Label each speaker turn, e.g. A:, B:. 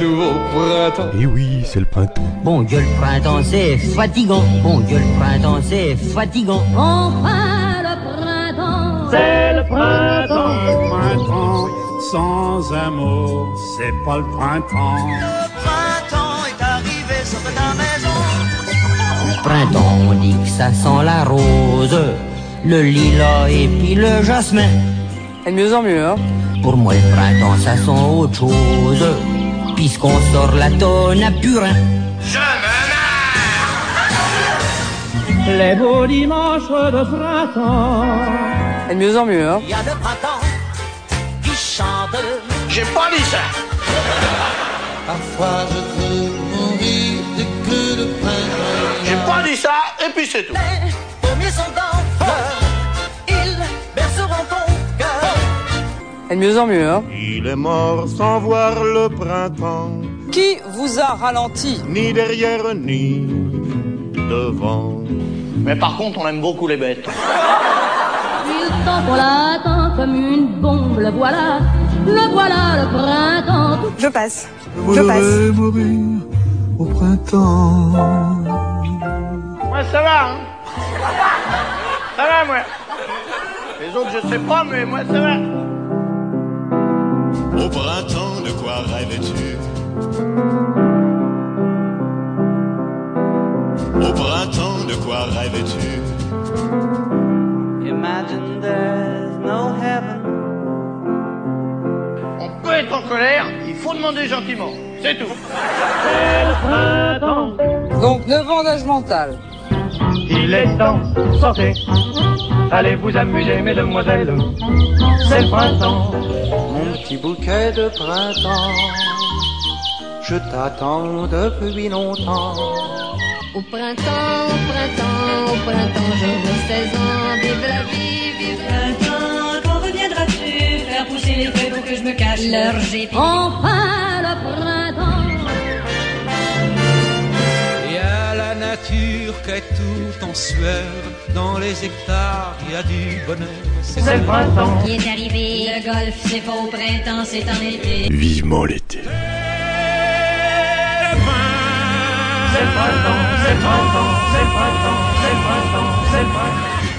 A: nouveau printemps.
B: Et Eh oui, c'est le printemps.
C: Bon Dieu, le printemps, c'est fatigant. Bon Dieu, le printemps, c'est fatigant. Hein?
D: Enfin le printemps,
E: C'est le printemps.
F: Le printemps, sans un mot, c'est pas le printemps.
G: printemps est arrivé sur ta maison.
C: Printemps, on dit que ça sent la rose, le lilas et puis le jasmin.
H: Et de mieux en mieux, hein.
C: Pour moi, le printemps, ça sent autre chose, puisqu'on sort la tonne à purin.
E: Les beaux dimanches de printemps.
H: Et de mieux en mieux, hein.
G: Il y a le printemps qui chante.
I: J'ai pas lu ça.
G: Parfois je veux mourir dès que le printemps.
I: J'ai pas lu ça. Et puis c'est tout.
G: Les pommiers sont en fleurs, ils berceront ton cœur.
H: Et de mieux en mieux, hein.
F: Il est mort sans voir le printemps,
H: Qui vous a ralenti
F: ni derrière ni devant.
I: Mais par contre, on aime beaucoup les bêtes.
D: puis le temps qu'on l'attend comme une bombe. Le voilà, le voilà le printemps. Tout
J: Je passe. Je passe.
B: mourir au printemps.
I: Moi, ça va, hein. Ça va, moi. Les autres, je sais pas, mais moi, ça va.
F: Au printemps, de quoi rêves-tu Au printemps, de quoi rêves-tu
I: On peut être en colère, il faut demander gentiment. C'est tout.
E: Printemps,
H: Donc, 9 ans d'âge mental.
E: il est temps, sortez. Allez vous amuser, mesdemoiselles. C'est le printemps.
G: Mon petit bouquet de printemps, je t'attends depuis longtemps.
D: Au printemps, au printemps, au printemps, j'ai mes 16 ans, vive la vie, vive la vie. Quand reviendras-tu faire pousser les feuilles pour que je me cache Leur j'ai
G: Enfin le printemps,
A: Il y a la nature qui est tout en sueur. Dans les hectares, il y a du bonheur. C'est
E: C'est le printemps.
D: qui est arrivé. Le golf, c'est pas au printemps, c'est en été.
B: Vivement l'été.
E: C'est le printemps. C'est le printemps. C'est le printemps. C'est le printemps. C'est le printemps.